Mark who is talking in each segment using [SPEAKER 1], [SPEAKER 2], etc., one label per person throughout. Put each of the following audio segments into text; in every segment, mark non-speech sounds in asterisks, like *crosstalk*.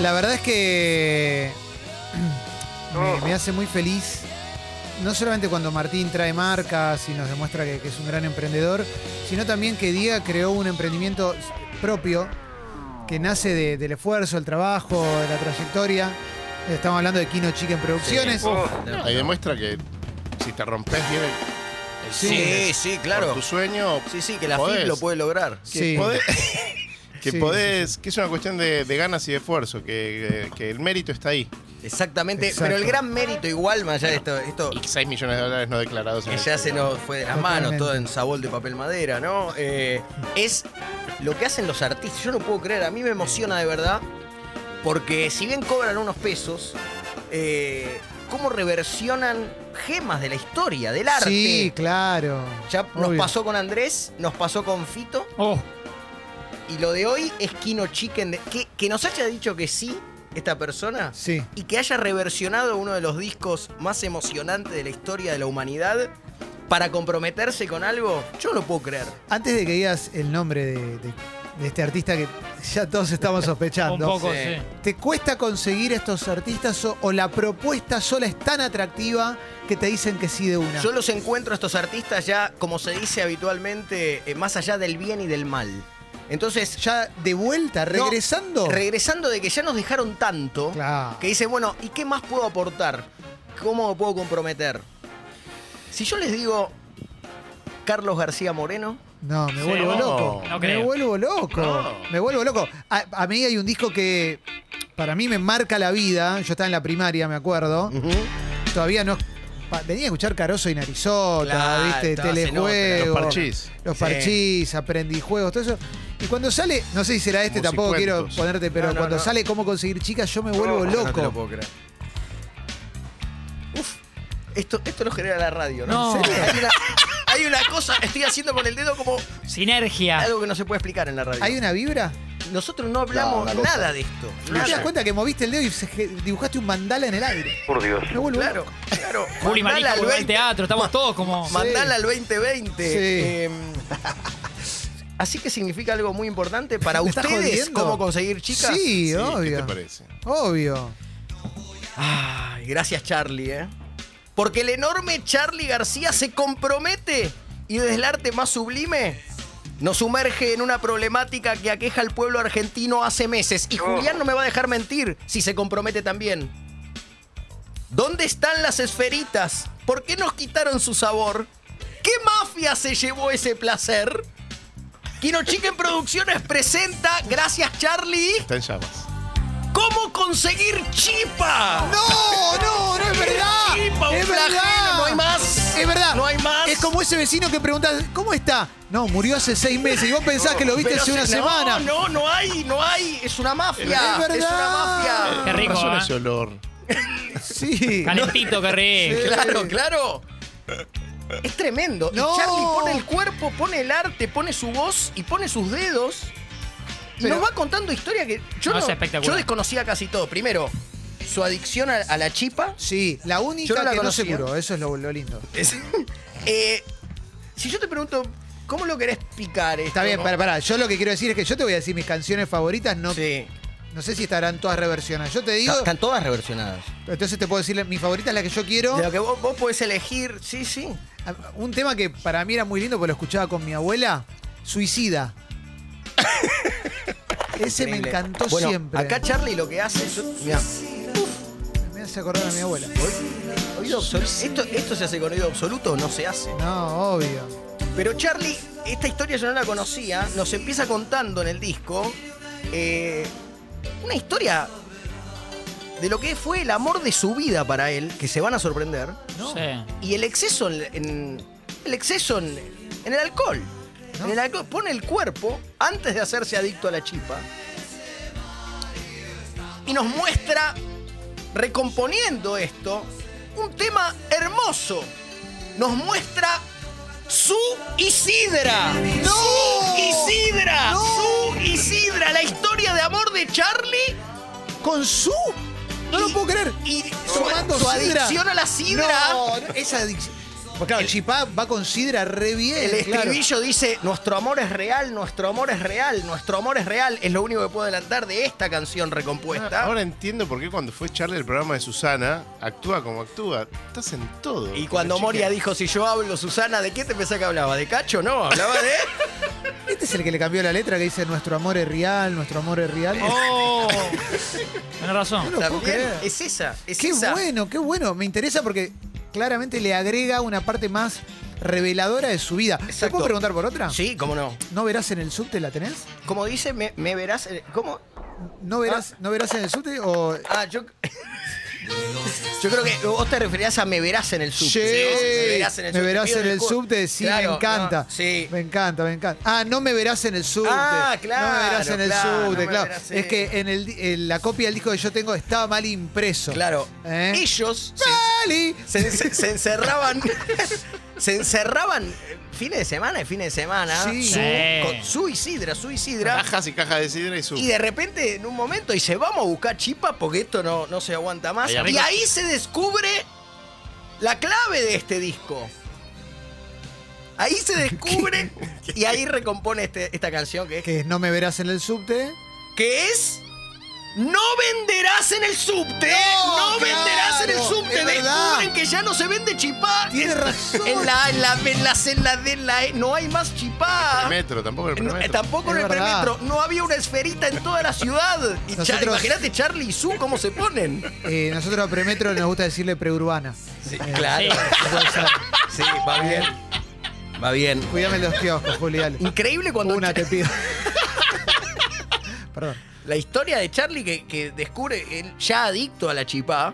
[SPEAKER 1] La verdad es que me, me hace muy feliz, no solamente cuando Martín trae marcas y nos demuestra que, que es un gran emprendedor, sino también que Diego creó un emprendimiento propio que nace de- del esfuerzo, el trabajo, de la trayectoria. Estamos hablando de Kino Chicken Producciones.
[SPEAKER 2] eh,
[SPEAKER 3] Ahí demuestra que si te rompes bien el-
[SPEAKER 1] Sí.
[SPEAKER 2] Sí, sí, claro.
[SPEAKER 3] por tu sueño,
[SPEAKER 2] Sí, sí, que la
[SPEAKER 3] podés.
[SPEAKER 2] FIP lo puede lograr.
[SPEAKER 3] que
[SPEAKER 1] Sí. *laughs*
[SPEAKER 3] podés, que,
[SPEAKER 1] Sí,
[SPEAKER 3] podés- que es una cuestión de, de ganas y de esfuerzo, que, que el mérito está ahí.
[SPEAKER 2] Exactamente.
[SPEAKER 1] Exacto.
[SPEAKER 2] Pero el gran mérito, igual, más allá de esto, esto
[SPEAKER 3] Y 6 millones de dólares no declarados. en
[SPEAKER 2] que
[SPEAKER 3] el-
[SPEAKER 2] ya se nos fue de las manos,
[SPEAKER 1] Totalmente.
[SPEAKER 2] todo en sabor de papel madera, ¿no? Eh, es lo que hacen los artistas. Yo no puedo creer, a mí me emociona de verdad, porque si bien cobran unos pesos, eh, ¿cómo reversionan gemas de la historia, del arte?
[SPEAKER 1] Sí, claro.
[SPEAKER 2] Ya nos
[SPEAKER 1] Obvio.
[SPEAKER 2] pasó con Andrés, nos pasó con Fito.
[SPEAKER 1] Oh,
[SPEAKER 2] Y lo de hoy es Kino Chicken. de- que, que nos haya dicho que sí esta persona
[SPEAKER 1] sí.
[SPEAKER 2] y que haya reversionado uno de los discos más emocionantes de la historia de la humanidad para comprometerse con algo, yo no lo puedo creer.
[SPEAKER 1] Antes de que digas el nombre de, de- de este artista que ya todos estamos sospechando.
[SPEAKER 4] *laughs* Un poco,
[SPEAKER 2] Sí.
[SPEAKER 4] sí.
[SPEAKER 1] ¿Te cuesta conseguir estos artistas o, o la propuesta sola es tan atractiva que te dicen que sí de una?
[SPEAKER 2] Yo los encuentro a estos artistas ya, como se dice habitualmente, eh, más allá del bien y del mal. Entonces,
[SPEAKER 1] ya de vuelta,
[SPEAKER 2] No,
[SPEAKER 1] regresando.
[SPEAKER 2] regresando de que ya nos dejaron tanto,
[SPEAKER 1] Claro.
[SPEAKER 2] que dice, bueno, ¿y qué más puedo aportar? ¿Cómo me puedo comprometer? Si yo les digo Carlos García Moreno,
[SPEAKER 1] No, me
[SPEAKER 4] Sí.
[SPEAKER 1] vuelvo
[SPEAKER 4] No,
[SPEAKER 1] loco.
[SPEAKER 4] no
[SPEAKER 1] me
[SPEAKER 4] creo.
[SPEAKER 1] vuelvo loco.
[SPEAKER 3] No.
[SPEAKER 1] Me vuelvo loco. A, a mí hay un disco que para mí me marca la vida. Yo estaba en la primaria, me acuerdo.
[SPEAKER 2] Mm.
[SPEAKER 1] Todavía no. pa- venía a escuchar Caroso y Narizota,
[SPEAKER 2] Claro,
[SPEAKER 1] ¿viste?
[SPEAKER 2] estabas en otra.
[SPEAKER 1] Telejuegos.
[SPEAKER 3] Los parchís.
[SPEAKER 1] Los
[SPEAKER 2] Sí.
[SPEAKER 1] parchís, aprendijuegos, todo eso. Y cuando sale, no sé si será este, tampoco quiero
[SPEAKER 3] Musicuentos.
[SPEAKER 1] ponerte, pero
[SPEAKER 2] No, no,
[SPEAKER 1] cuando
[SPEAKER 2] no.
[SPEAKER 1] sale cómo conseguir chicas, yo me vuelvo
[SPEAKER 2] No te
[SPEAKER 1] loco.
[SPEAKER 2] lo puedo creer. Uf, esto, esto lo genera la radio, ¿no?
[SPEAKER 4] No.
[SPEAKER 2] ¿En serio? Hay, una, hay una cosa, estoy haciendo con el dedo como
[SPEAKER 4] Sinergia.
[SPEAKER 2] algo que no se puede explicar en la radio.
[SPEAKER 1] ¿Hay una vibra?
[SPEAKER 2] Nosotros no hablamos
[SPEAKER 3] No, una cosa.
[SPEAKER 2] nada de esto.
[SPEAKER 1] ¿No te das
[SPEAKER 2] nada.
[SPEAKER 1] cuenta que moviste el dedo y se- que dibujaste un mandala en el aire?
[SPEAKER 5] Por Dios.
[SPEAKER 1] Me vuelvo
[SPEAKER 2] Claro,
[SPEAKER 1] loco.
[SPEAKER 2] claro.
[SPEAKER 4] *laughs* Juli Marico,
[SPEAKER 2] Mandala al
[SPEAKER 4] Juli del
[SPEAKER 2] 20.
[SPEAKER 4] teatro, estamos todos como.
[SPEAKER 1] Sí.
[SPEAKER 2] Mandala al 2020.
[SPEAKER 1] Sí.
[SPEAKER 2] Eh, así que significa algo muy importante para
[SPEAKER 1] ¿Me estás
[SPEAKER 2] ustedes
[SPEAKER 1] jodiendo?
[SPEAKER 2] cómo conseguir chicas.
[SPEAKER 1] Sí,
[SPEAKER 3] Sí, ¿Qué
[SPEAKER 1] obvio.
[SPEAKER 3] te parece?
[SPEAKER 1] Obvio.
[SPEAKER 2] Ay, gracias Charlie, ¿eh? Porque el enorme Charlie García se compromete y desde el arte más sublime nos sumerge en una problemática que aqueja al pueblo argentino hace meses. Y Julián no me va a dejar mentir si se compromete también. ¿Dónde están las esferitas? ¿Por qué nos quitaron su sabor? ¿Qué mafia se llevó ese placer? Kino Chicken Producciones presenta, gracias Charlie,
[SPEAKER 3] Está en llamas.
[SPEAKER 2] ¿Cómo conseguir chipa?
[SPEAKER 1] ¡No! ¡No! ¡No es verdad!
[SPEAKER 2] Chipa, un
[SPEAKER 1] ¡Es verdad!
[SPEAKER 2] flagelo, no hay más.
[SPEAKER 1] Es verdad.
[SPEAKER 2] No hay más.
[SPEAKER 1] Es como ese vecino que preguntas, ¿cómo está? No, murió hace seis meses y vos pensás que lo viste
[SPEAKER 2] Pero
[SPEAKER 1] hace
[SPEAKER 2] se-
[SPEAKER 1] una semana.
[SPEAKER 2] No, no, no hay, no hay. Es una mafia.
[SPEAKER 1] Es verdad.
[SPEAKER 2] una mafia.
[SPEAKER 4] Qué rico,
[SPEAKER 3] Con razón
[SPEAKER 4] ¿eh?
[SPEAKER 3] ese olor.
[SPEAKER 1] Sí.
[SPEAKER 4] Calentito, qué rico.
[SPEAKER 1] Sí.
[SPEAKER 2] Claro, claro. Es tremendo.
[SPEAKER 1] No.
[SPEAKER 2] Y Charlie pone el cuerpo, pone el arte, pone su voz y pone sus dedos. Y
[SPEAKER 1] Pero-
[SPEAKER 2] nos va contando historias que yo,
[SPEAKER 4] No,
[SPEAKER 2] no-
[SPEAKER 4] es espectacular.
[SPEAKER 2] yo desconocía casi todo. Primero, su adicción a, a la chipa.
[SPEAKER 1] Sí, la única
[SPEAKER 2] Yo no la
[SPEAKER 1] que no se
[SPEAKER 2] conocía.
[SPEAKER 1] curó, eso es lo, lo lindo.
[SPEAKER 2] Es- *laughs* eh, si yo te pregunto, ¿cómo lo querés picar? esto,
[SPEAKER 1] Está bien,
[SPEAKER 2] no?
[SPEAKER 1] pará, pará. Yo lo que quiero decir es que yo te voy a decir mis canciones favoritas, no,
[SPEAKER 2] Sí.
[SPEAKER 1] no sé si estarán todas reversionadas. Yo te digo,
[SPEAKER 2] Está- Están todas reversionadas.
[SPEAKER 1] entonces te puedo decir, mi favorita es la que yo quiero.
[SPEAKER 2] De lo que vos, vos podés elegir, sí, sí.
[SPEAKER 1] Un tema que para mí era muy lindo porque lo escuchaba con mi abuela,
[SPEAKER 2] *laughs*
[SPEAKER 1] Suicida. Ese me
[SPEAKER 2] Increíble.
[SPEAKER 1] encantó
[SPEAKER 2] Bueno,
[SPEAKER 1] siempre.
[SPEAKER 2] Acá Charlie lo que hace es. Mira,
[SPEAKER 1] Me hace acordar a mi abuela.
[SPEAKER 2] oído absoluto. Esto, esto se hace con oído absoluto o no se hace.
[SPEAKER 1] No, obvio.
[SPEAKER 2] Pero Charlie, esta historia yo no la conocía, nos empieza contando en el disco eh, una historia de lo que fue el amor de su vida para él, que se van a sorprender,
[SPEAKER 1] No.
[SPEAKER 4] Sí.
[SPEAKER 2] y el exceso en, en- el exceso en, en el alcohol.
[SPEAKER 1] ¿No?
[SPEAKER 2] En el alcohol pone el cuerpo antes de hacerse adicto a la chipa y nos muestra recomponiendo esto un tema hermoso. Nos muestra su Isidra.
[SPEAKER 1] ¡No!
[SPEAKER 2] Su Isidra.
[SPEAKER 1] ¡No!
[SPEAKER 2] Su Isidra, la historia de amor de Charlie
[SPEAKER 1] Con su. No lo puedo creer.
[SPEAKER 2] y su,
[SPEAKER 1] Tomando
[SPEAKER 2] su
[SPEAKER 1] sidra.
[SPEAKER 2] adicción a la sidra.
[SPEAKER 1] No, no, esa adicción. Porque claro, Chipá va con Sidra re bien.
[SPEAKER 2] El
[SPEAKER 1] claro.
[SPEAKER 2] estribillo dice, nuestro amor es real, nuestro amor es real, nuestro amor es real. Es lo único que puedo adelantar de esta canción
[SPEAKER 1] Ah,
[SPEAKER 2] recompuesta.
[SPEAKER 3] Ah, Ahora entiendo por qué cuando fue Charlie el programa de Susana, actúa como actúa. Estás en todo.
[SPEAKER 2] y cuando
[SPEAKER 3] Como chica.
[SPEAKER 2] Moria dijo, si yo hablo, Susana, ¿de qué te pensás que hablaba? ¿De cacho? No, hablaba
[SPEAKER 1] *laughs*
[SPEAKER 2] de...
[SPEAKER 1] Este es el que le cambió la letra que dice nuestro amor es real, nuestro amor es real.
[SPEAKER 4] ¡Oh! Tienes razón.
[SPEAKER 1] No lo puedo
[SPEAKER 2] También
[SPEAKER 1] creer.
[SPEAKER 2] es esa, es
[SPEAKER 1] qué
[SPEAKER 2] esa.
[SPEAKER 1] bueno, qué bueno. Me interesa porque claramente le agrega una parte más reveladora de su vida. ¿Te
[SPEAKER 2] Exacto.
[SPEAKER 1] puedo preguntar por otra?
[SPEAKER 2] Sí, cómo no.
[SPEAKER 1] ¿No verás en el subte la tenés?
[SPEAKER 2] Como dice, me, me verás... eh, ¿Cómo?
[SPEAKER 1] ¿No verás, ¿no verás en el subte o
[SPEAKER 2] Ah, yo... *laughs* Yo creo que vos te referías a Me verás en el subte. ¿no? Me verás en el
[SPEAKER 1] me
[SPEAKER 2] subte.
[SPEAKER 1] verás
[SPEAKER 2] Pido
[SPEAKER 1] en el
[SPEAKER 2] disculpas.
[SPEAKER 1] subte, sí,
[SPEAKER 2] Claro,
[SPEAKER 1] me
[SPEAKER 2] no,
[SPEAKER 1] encanta.
[SPEAKER 2] sí.
[SPEAKER 1] Me encanta, me encanta. Ah, no me verás en el subte.
[SPEAKER 2] Ah,
[SPEAKER 1] No me verás
[SPEAKER 2] claro,
[SPEAKER 1] en el
[SPEAKER 2] claro,
[SPEAKER 1] subte,
[SPEAKER 2] no me
[SPEAKER 1] claro.
[SPEAKER 2] verás en-
[SPEAKER 1] Es que en, el, di- en la copia del disco que yo tengo estaba mal impreso.
[SPEAKER 2] Claro.
[SPEAKER 1] ¿Eh?
[SPEAKER 2] Ellos... se-
[SPEAKER 1] ¡Mali!
[SPEAKER 2] se, encer- se encerraban. se encerraban eh, fines de semana y fines de semana.
[SPEAKER 1] Sí.
[SPEAKER 2] Su,
[SPEAKER 4] Sí.
[SPEAKER 2] con su y sidra, su y sidra.
[SPEAKER 3] Cajas y cajas de sidra y su.
[SPEAKER 2] Y de repente, en un momento, dice, vamos a buscar chipa porque esto no, no se aguanta más.
[SPEAKER 4] Ahí
[SPEAKER 2] y
[SPEAKER 4] arriba.
[SPEAKER 2] ahí se descubre la clave de este disco. Ahí se descubre y ahí recompone este- esta canción que es,
[SPEAKER 1] Que es no me verás en el subte.
[SPEAKER 2] que es No venderás en el subte. No,
[SPEAKER 1] No,
[SPEAKER 2] venderás en el
[SPEAKER 1] claro,
[SPEAKER 2] subte.
[SPEAKER 1] es verdad.
[SPEAKER 2] Descubren que ya no se vende chipá.
[SPEAKER 1] Tiene
[SPEAKER 2] *laughs* En-
[SPEAKER 1] razón.
[SPEAKER 2] En la A, en la B, en la C, en la D, en la E. No hay más chipá.
[SPEAKER 3] Metro, tampoco el
[SPEAKER 2] No, eh,
[SPEAKER 3] metro.
[SPEAKER 2] tampoco en
[SPEAKER 1] Es
[SPEAKER 2] el
[SPEAKER 1] verdad.
[SPEAKER 2] premetro. No había una esferita en toda la ciudad. Y Char-
[SPEAKER 1] Nosotros-
[SPEAKER 2] imagínate Charlie y Sue cómo se ponen.
[SPEAKER 1] Eh, nosotros a Premetro nos gusta decirle preurbana. Eh,
[SPEAKER 2] claro.
[SPEAKER 1] puede ser.
[SPEAKER 2] Sí, va bien. Va bien.
[SPEAKER 1] Cuídame los kioscos, Juli, dale.
[SPEAKER 2] Increíble cuando
[SPEAKER 1] Una
[SPEAKER 2] Cha-
[SPEAKER 1] te pido. Perdón.
[SPEAKER 2] la historia de Charlie que, que descubre él ya adicto a la chipá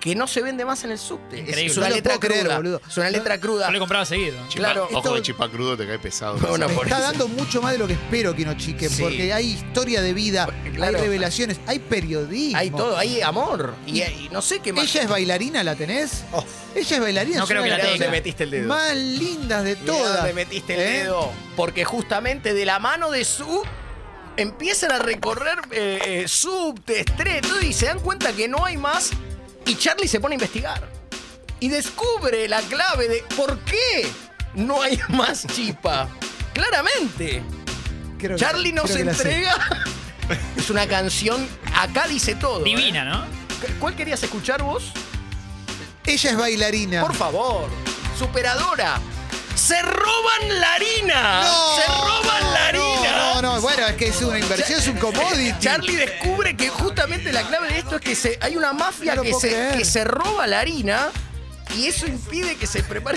[SPEAKER 2] que no se vende más en el subte. Es-
[SPEAKER 4] Increíble.
[SPEAKER 2] Es una
[SPEAKER 1] No lo
[SPEAKER 2] letra
[SPEAKER 1] puedo creer,
[SPEAKER 2] cruda.
[SPEAKER 1] boludo.
[SPEAKER 2] Es una letra cruda.
[SPEAKER 4] Yo le compraba seguido. ¿eh?
[SPEAKER 3] Chipá-
[SPEAKER 2] claro,
[SPEAKER 3] Ojo
[SPEAKER 1] esto-
[SPEAKER 3] que chipá crudo te cae pesado.
[SPEAKER 2] No, no,
[SPEAKER 3] Esa-
[SPEAKER 1] Me
[SPEAKER 2] por
[SPEAKER 1] está
[SPEAKER 2] eso.
[SPEAKER 1] dando mucho más de lo que espero, Quinochique,
[SPEAKER 2] Sí.
[SPEAKER 1] porque hay historia de vida,
[SPEAKER 2] Claro.
[SPEAKER 1] hay revelaciones, hay periodismo.
[SPEAKER 2] Hay todo, hay amor. Y, y no sé qué más.
[SPEAKER 1] Ella es bailarina, ¿la tenés?
[SPEAKER 2] Oh,
[SPEAKER 1] Ella es bailarina.
[SPEAKER 4] No
[SPEAKER 1] es
[SPEAKER 4] creo
[SPEAKER 1] una
[SPEAKER 4] que la
[SPEAKER 1] de las
[SPEAKER 4] tenga.
[SPEAKER 2] metiste el
[SPEAKER 1] Más lindas de
[SPEAKER 2] Mirá
[SPEAKER 1] todas.
[SPEAKER 2] dónde metiste el
[SPEAKER 1] ¿Eh?
[SPEAKER 2] dedo. Porque justamente de la mano de su empiezan a recorrer eh, eh, subtes, trenes, todo, y se dan cuenta que no hay más. Y Charlie se pone a investigar. Y descubre la clave de por qué no hay *laughs* más chipa. Claramente.
[SPEAKER 1] Creo que-
[SPEAKER 2] Charlie nos
[SPEAKER 1] creo que la sé.
[SPEAKER 2] entrega. *laughs* Es una canción, acá dice todo. ¿eh?
[SPEAKER 4] Divina, ¿no?
[SPEAKER 2] ¿Cuál querías escuchar vos?
[SPEAKER 1] Ella es bailarina.
[SPEAKER 2] Por favor, superadora. Se roban la harina.
[SPEAKER 1] No,
[SPEAKER 2] se roban la harina.
[SPEAKER 1] No, no, no, bueno, es que es una inversión, es un commodity.
[SPEAKER 2] Charlie descubre que justamente la clave de esto es que se- hay una mafia
[SPEAKER 1] No lo
[SPEAKER 2] que,
[SPEAKER 1] puedo
[SPEAKER 2] se,
[SPEAKER 1] creer.
[SPEAKER 2] que se roba la harina y eso impide que se prepare.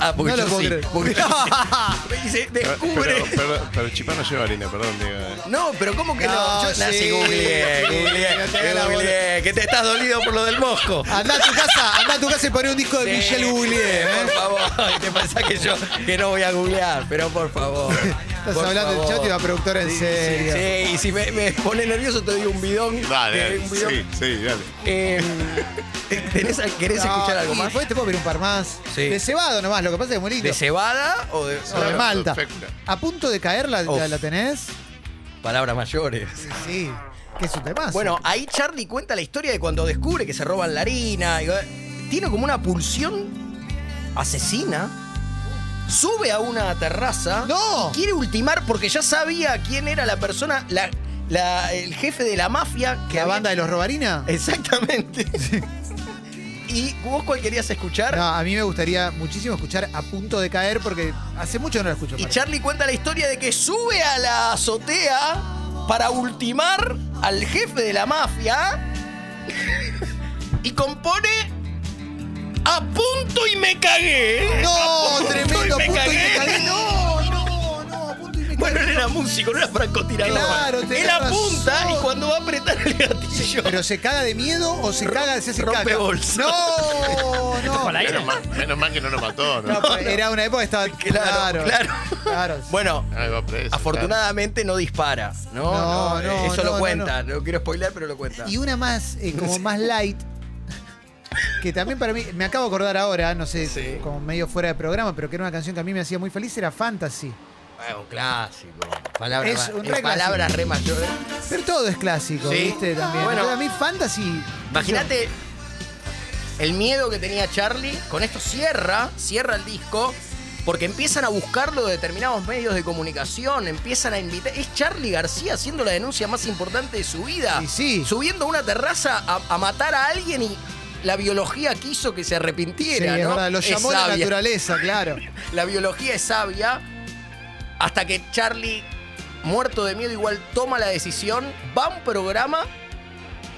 [SPEAKER 2] Ah, porque
[SPEAKER 1] no
[SPEAKER 2] yo
[SPEAKER 1] lo puedo
[SPEAKER 2] sí,
[SPEAKER 1] creer.
[SPEAKER 2] porque yo
[SPEAKER 1] *laughs*
[SPEAKER 2] sí. Y se
[SPEAKER 3] Pero,
[SPEAKER 2] descubre.
[SPEAKER 3] pero- pero el chipá no lleva harina, perdón. digo. eh.
[SPEAKER 2] No, pero ¿cómo que no?
[SPEAKER 1] No,
[SPEAKER 2] Yo nací
[SPEAKER 1] sí.
[SPEAKER 2] googleé, *laughs* googleé,
[SPEAKER 1] No te hagas la
[SPEAKER 2] googleé, que te estás dolido por lo del mosco.
[SPEAKER 1] Andá a tu casa, andá a tu casa y poné un disco de
[SPEAKER 2] Sí,
[SPEAKER 1] Michel Boulier, ¿eh?
[SPEAKER 2] Por favor, *laughs* te pensás que yo que no voy a googlear, pero por favor.
[SPEAKER 1] *laughs* Estás hablando del chat y la productora en serio.
[SPEAKER 2] Sí, y si me, me pone nervioso te doy un bidón.
[SPEAKER 3] Dale,
[SPEAKER 2] te doy
[SPEAKER 3] dale.
[SPEAKER 2] un bidón.
[SPEAKER 3] Sí, sí, dale.
[SPEAKER 2] Eh, ¿tenés- ¿Querés escuchar
[SPEAKER 1] No,
[SPEAKER 2] algo
[SPEAKER 1] y
[SPEAKER 2] más?
[SPEAKER 1] Después te puedo pedir un par más.
[SPEAKER 2] Sí.
[SPEAKER 1] De cebado nomás, lo que pasa es que es muy lindo.
[SPEAKER 2] ¿De cebada o de.?
[SPEAKER 1] O de
[SPEAKER 3] Claro,
[SPEAKER 1] Malta.
[SPEAKER 3] perfecto.
[SPEAKER 1] A punto de caer la,
[SPEAKER 2] Uf.
[SPEAKER 1] la, la tenés.
[SPEAKER 2] Palabras mayores.
[SPEAKER 1] Sí. Que es un tema.
[SPEAKER 2] Bueno, ahí Charlie cuenta la historia de cuando descubre que se roban la harina. y va- Tiene como una pulsión asesina. Sube a una terraza.
[SPEAKER 1] ¡No!
[SPEAKER 2] y Quiere ultimar porque ya sabía quién era la persona, la- la- el jefe de la mafia. Que
[SPEAKER 1] ¿La
[SPEAKER 2] había-
[SPEAKER 1] banda de los Robarina?
[SPEAKER 2] *laughs* Exactamente. ¿Y vos cuál querías escuchar?
[SPEAKER 1] No, a mí me gustaría muchísimo escuchar A Punto de Caer porque hace mucho que no la escucho.
[SPEAKER 2] Y
[SPEAKER 1] aparte.
[SPEAKER 2] Charlie cuenta la historia de que sube a la azotea para ultimar al jefe de la mafia y compone A punto y me cagué. A
[SPEAKER 1] ¡No!
[SPEAKER 2] punto
[SPEAKER 1] ¡Tremendo! A
[SPEAKER 2] y
[SPEAKER 1] punto
[SPEAKER 2] me
[SPEAKER 1] y
[SPEAKER 2] cagué.
[SPEAKER 1] me cagué. ¡No! ¡No! ¡No! A punto y me
[SPEAKER 2] Bueno,
[SPEAKER 1] cagué.
[SPEAKER 2] él era músico, no era francotirador.
[SPEAKER 1] Claro,
[SPEAKER 2] él
[SPEAKER 1] tenés
[SPEAKER 2] apunta
[SPEAKER 1] razón.
[SPEAKER 2] y cuando va a apretar el gatillo.
[SPEAKER 1] ¿Pero se caga de miedo o se caga se hace
[SPEAKER 2] rompe
[SPEAKER 1] caca?
[SPEAKER 2] bolsa. *laughs*
[SPEAKER 1] ¡No!
[SPEAKER 4] Ojo al
[SPEAKER 1] ¡No!
[SPEAKER 4] aire.
[SPEAKER 3] Menos mal, menos mal que no nos mató. ¿no?
[SPEAKER 1] No, pues, Era una época que estaba...
[SPEAKER 2] *laughs* Claro, claro.
[SPEAKER 1] Claro.
[SPEAKER 2] *laughs* Bueno,
[SPEAKER 3] Ahí va preso,
[SPEAKER 2] afortunadamente no dispara. No,
[SPEAKER 1] No,
[SPEAKER 2] no, eh,
[SPEAKER 1] no,
[SPEAKER 2] eso
[SPEAKER 1] no,
[SPEAKER 2] lo
[SPEAKER 1] no,
[SPEAKER 2] cuenta. No, quiero spoiler, pero lo cuenta.
[SPEAKER 1] Y una más, eh, como más light, que también para mí, me acabo de acordar ahora, no sé,
[SPEAKER 2] Sí.
[SPEAKER 1] como medio fuera de programa, pero que era una canción que a mí me hacía muy feliz, era Fantasy.
[SPEAKER 2] Bueno, un clásico. Palabra,
[SPEAKER 1] Es un
[SPEAKER 2] eh,
[SPEAKER 1] re
[SPEAKER 2] palabras re mayores.
[SPEAKER 1] Pero todo es clásico,
[SPEAKER 2] Sí.
[SPEAKER 1] ¿viste? También.
[SPEAKER 2] Bueno.
[SPEAKER 1] Entonces, a mí Fantasy...
[SPEAKER 2] Imagínate el miedo que tenía Charlie, con esto cierra, cierra el disco, porque empiezan a buscarlo de determinados medios de comunicación, empiezan a invitar. Es Charlie García haciendo la denuncia más importante de su vida.
[SPEAKER 1] Y sí.
[SPEAKER 2] Subiendo a una terraza a, a matar a alguien y la biología quiso que se
[SPEAKER 1] Sí,
[SPEAKER 2] arrepintiera.
[SPEAKER 1] es
[SPEAKER 2] ¿no?
[SPEAKER 1] verdad, lo
[SPEAKER 2] Es
[SPEAKER 1] llamó la
[SPEAKER 2] sabia.
[SPEAKER 1] naturaleza,
[SPEAKER 2] *laughs*
[SPEAKER 1] claro.
[SPEAKER 2] La biología es sabia. Hasta que Charlie, muerto de miedo, igual toma la decisión, va a un programa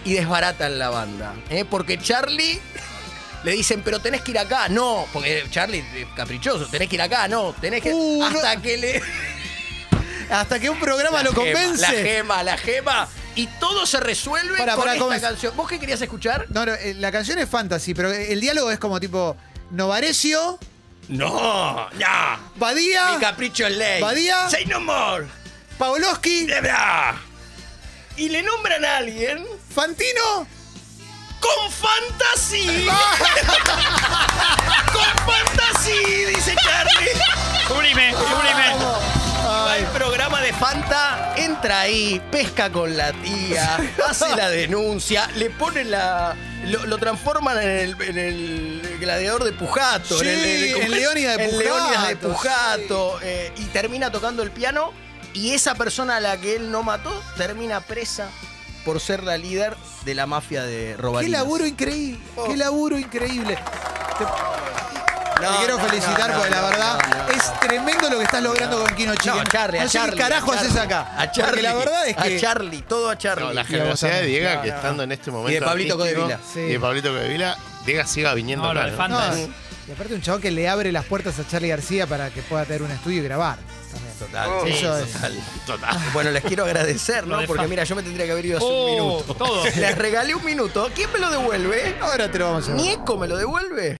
[SPEAKER 2] y desbaratan la banda. ¿eh? Porque Charlie *laughs* le dicen, pero tenés que ir acá. No, porque Charlie es caprichoso, tenés que ir acá, no, tenés que.
[SPEAKER 1] Uh, no.
[SPEAKER 2] hasta que le.
[SPEAKER 1] Hasta que un programa
[SPEAKER 2] La
[SPEAKER 1] lo
[SPEAKER 2] gema, La
[SPEAKER 1] convence.
[SPEAKER 2] gema, la gema. Y todo se resuelve
[SPEAKER 1] Pará,
[SPEAKER 2] con
[SPEAKER 1] pará,
[SPEAKER 2] esta
[SPEAKER 1] ¿cómo es?
[SPEAKER 2] canción. ¿Vos qué querías escuchar?
[SPEAKER 1] No, no, eh, la canción es fantasy, pero el diálogo es como tipo Novarecio,
[SPEAKER 2] No, no. Mi
[SPEAKER 1] Badía,
[SPEAKER 2] capricho es ley.
[SPEAKER 1] Badía.
[SPEAKER 2] Say no more.
[SPEAKER 1] Paoloski,
[SPEAKER 2] Y le nombran a alguien
[SPEAKER 1] Fantino.
[SPEAKER 2] con fantasía. con fantasía, dice Charlie.
[SPEAKER 4] Sublime, sublime.
[SPEAKER 2] Va el programa de Fanta, entra ahí, pesca con la tía,
[SPEAKER 1] *laughs*
[SPEAKER 2] hace la denuncia, le ponen la. Lo, lo transforman en el, en el gladiador de Pujato. en el,
[SPEAKER 1] Sí,
[SPEAKER 2] ¿cómo
[SPEAKER 1] en
[SPEAKER 2] es?
[SPEAKER 1] Leónidas de
[SPEAKER 2] En Leónidas de
[SPEAKER 1] Pujato,
[SPEAKER 2] Pujato, eh, y termina tocando el piano. Y esa persona a la que él no mató termina presa por ser la líder de la mafia de
[SPEAKER 1] Qué
[SPEAKER 2] Robalinas.
[SPEAKER 1] laburo increíble,
[SPEAKER 2] Oh.
[SPEAKER 1] qué laburo increíble. Te
[SPEAKER 2] No,
[SPEAKER 1] quiero
[SPEAKER 2] no,
[SPEAKER 1] felicitar
[SPEAKER 2] no, no,
[SPEAKER 1] porque la
[SPEAKER 2] no,
[SPEAKER 1] verdad
[SPEAKER 2] no, no,
[SPEAKER 1] es tremendo lo que estás logrando con Kino Chicken.
[SPEAKER 2] No, a Charlie, a
[SPEAKER 1] No sé
[SPEAKER 2] Charlie,
[SPEAKER 1] qué carajo
[SPEAKER 2] a Charlie,
[SPEAKER 1] haces acá.
[SPEAKER 2] A Charlie.
[SPEAKER 1] Porque la verdad es que
[SPEAKER 2] A Charlie, todo a Charlie.
[SPEAKER 3] No, la generosidad de Diego, que
[SPEAKER 2] No, no.
[SPEAKER 3] estando en este momento.
[SPEAKER 2] Pablito
[SPEAKER 3] artístico,
[SPEAKER 2] Codevila.
[SPEAKER 1] Sí.
[SPEAKER 3] Y de Pablito Codevila, Diego siga viniendo.
[SPEAKER 4] No, lo
[SPEAKER 3] acá,
[SPEAKER 4] de
[SPEAKER 3] ¿no?
[SPEAKER 4] fan-
[SPEAKER 1] No,
[SPEAKER 4] Fantasy.
[SPEAKER 1] y aparte un chabón que le abre las puertas a Charlie García para que pueda tener un estudio y grabar. también.
[SPEAKER 2] Total,
[SPEAKER 3] Oh.
[SPEAKER 2] sí,
[SPEAKER 1] Eso es.
[SPEAKER 2] total.
[SPEAKER 3] Total.
[SPEAKER 2] Bueno, les quiero agradecer,
[SPEAKER 4] Lo
[SPEAKER 2] ¿no?
[SPEAKER 4] de
[SPEAKER 2] Porque
[SPEAKER 4] fan.
[SPEAKER 2] mira, yo me tendría que haber ido hace un
[SPEAKER 4] Oh,
[SPEAKER 2] minuto.
[SPEAKER 4] todo.
[SPEAKER 2] Les regalé un minuto. ¿Quién me lo devuelve?
[SPEAKER 1] Ahora te lo vamos a ver.
[SPEAKER 2] Nieco me lo devuelve.